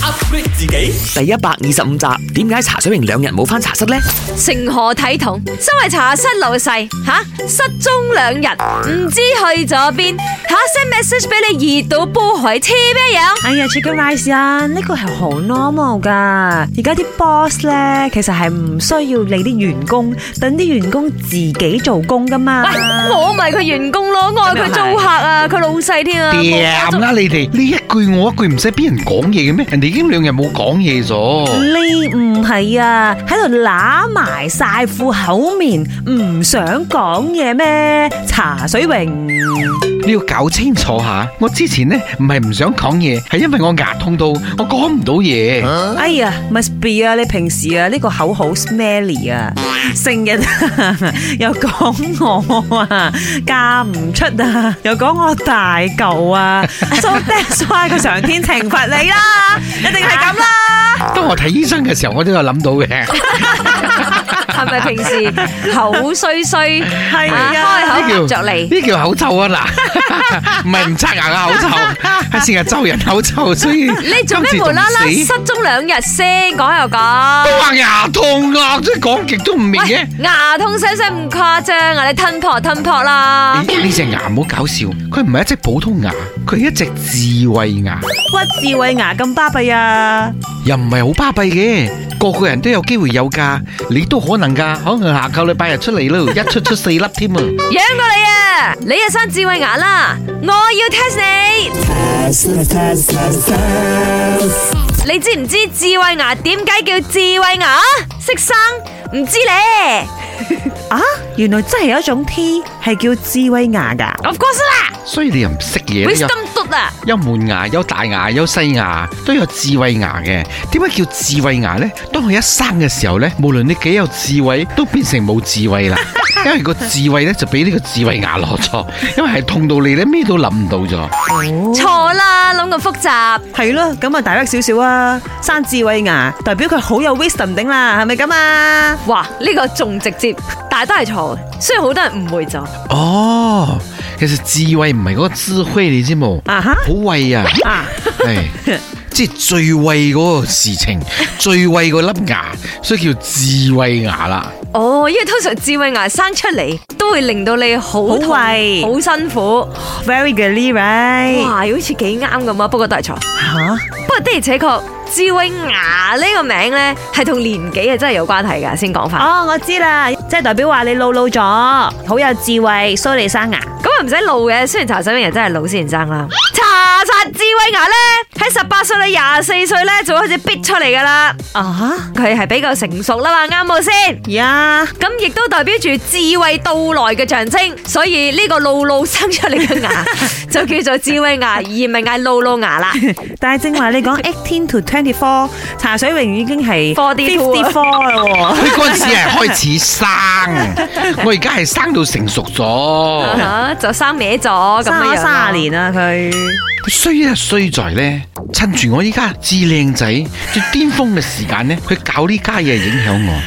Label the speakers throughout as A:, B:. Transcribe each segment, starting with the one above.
A: upgrade 自己。
B: 第一百二十五集，點解茶水榮兩日冇翻茶室呢？
C: 情何體統？身為茶室老細，吓、失蹤兩日，唔知去咗邊，吓 send message 俾你熱到煲海黐咩樣？
D: 哎呀，Chicken Rice 啊，呢個係好 normal 噶。而家啲 boss 咧，其實係唔需要你啲員工，等啲員工自己做工噶嘛。
C: 喂，我咪佢員工咯，我係佢租客啊，佢老細添啊。
E: 掂啦你哋，你一句我一句唔使俾人講嘢嘅咩？人哋已經兩日冇講嘢
C: 嗯
E: 咗。
D: 你唔係啊，喺度揦埋晒副口面，唔想講嘢咩？茶水榮，
E: 你要搞清楚下，我之前呢唔係唔想講嘢，係因為我牙痛到我講唔到嘢。
C: 啊
D: 哎呀，must be 啊！你平時啊呢個口好 smelly 啊，成日啊 又講我啊，嫁唔出啊，又講我大舊啊，so that's why 佢上天懲罰你啦，一定係咁啦。
E: 當我睇醫生嘅時候，我都有諗 到嘅。
C: 係咪平 時口衰衰？
D: 係啊
C: 開口合
E: 呢
C: 着
E: 叫
C: 嚟。
E: 呢叫口臭啊 嗱，唔係唔刷牙嘅 口臭，係成日咒人口臭，所以
C: 你做咩
E: 今次
C: 無
E: 仲
C: 啦啦
E: 死
C: 失蹤兩日先講又
E: 都
C: 講？
E: 話牙痛啊，即係講極都唔明嘅
C: 喂。，牙痛聲聲唔誇張啊！你吞破吞破啦。
E: 咦呢隻牙唔好搞笑，佢唔係一隻普通牙，佢係一隻智慧牙，
D: 屈智慧牙咁巴閉啊！
E: 又唔係好巴閉嘅，個個人都有機會有噶，你都可能噶，可能下個禮拜日出嚟咯，一出出四粒添
C: 養
E: 啊！
C: 過你啊！你啊生智慧牙啦，我要 test 你。你知唔知智慧牙點解叫智慧牙？識生唔知咧
D: 啊，原來真係有一種 tea 係叫智慧牙噶。
C: ，of course 啦
E: 所以你又唔識嘢呢個
C: ，wisdom tooth 啊，
E: 有門牙，有大牙，有細牙，都有智慧牙嘅。點解叫智慧牙呢？當佢一生嘅時候呢，無論你幾有智慧，都變成冇智慧啦。因為個智慧呢，就俾呢個智慧牙攞咗，因為係痛到你呢，咩都諗唔到咗。
D: 哦
C: 錯啦，諗咁複雜，
D: 係咯，咁啊大叻少少啊，生智慧牙代表佢好有 wisdom 頂啦，係咪咁啊？
C: 哇，呢個仲直接，但係都係錯嘅，雖然好多人誤會咗。
E: 哦，其實智慧唔係嗰個智慧，你知冇？
D: 啊哈
E: 好慧啊，
D: 啊，
E: 係即係最慧嗰個事情，最慧嗰粒牙，所以叫智慧牙啦。
C: 哦，因為通常智慧牙生出嚟都會令到你好
D: 好
C: 痛
D: 胃嗯
C: 好辛苦，
D: very goodly right
C: 哇，好似幾啱咁啊，不過都係錯。
D: 吓，
C: 不過的而且確，智慧牙呢個名呢，係同年紀啊係真係有關係噶。先講翻，
D: 哦我知啦，即係代表話你老老咗，好有智慧，所以你生牙。啊
C: 咁啊又唔使老嘅。雖然茶水明人真係老先生啦，查實智慧牙呢，喺十八歲到廿四歲呢，就開始逼出嚟噶啦。
D: 啊
C: 佢係比較成熟啦嘛，啱冇先？
D: 呀，
C: 咁亦都代表住智慧到來嘅象徵，所以呢個露露生出嚟嘅牙就叫做智慧牙，而唔係嗌露露牙啦。
D: 但係正話你講 eighteen to twenty four，茶水榮已經係
C: 42
D: four 啦
E: 佢嗰陣時係開始生，我而家係生到成熟咗。
C: 啊就生歪咗
D: 喎，
C: 咁
D: 生
C: 樣啊
D: 咗
C: 樣
D: 卅
C: 啦。
D: 年啦佢。
E: 衰啊衰在呢，趁住我依家至靚仔、最巔峰嘅時間呢，佢搞呢家嘢影響我。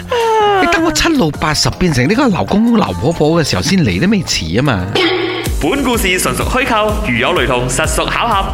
E: 你等我七老八十變成呢個劉公公、劉婆婆嘅時候先嚟都未遲啊嘛。
A: 本故事純屬虛構，如有雷同，實屬巧合。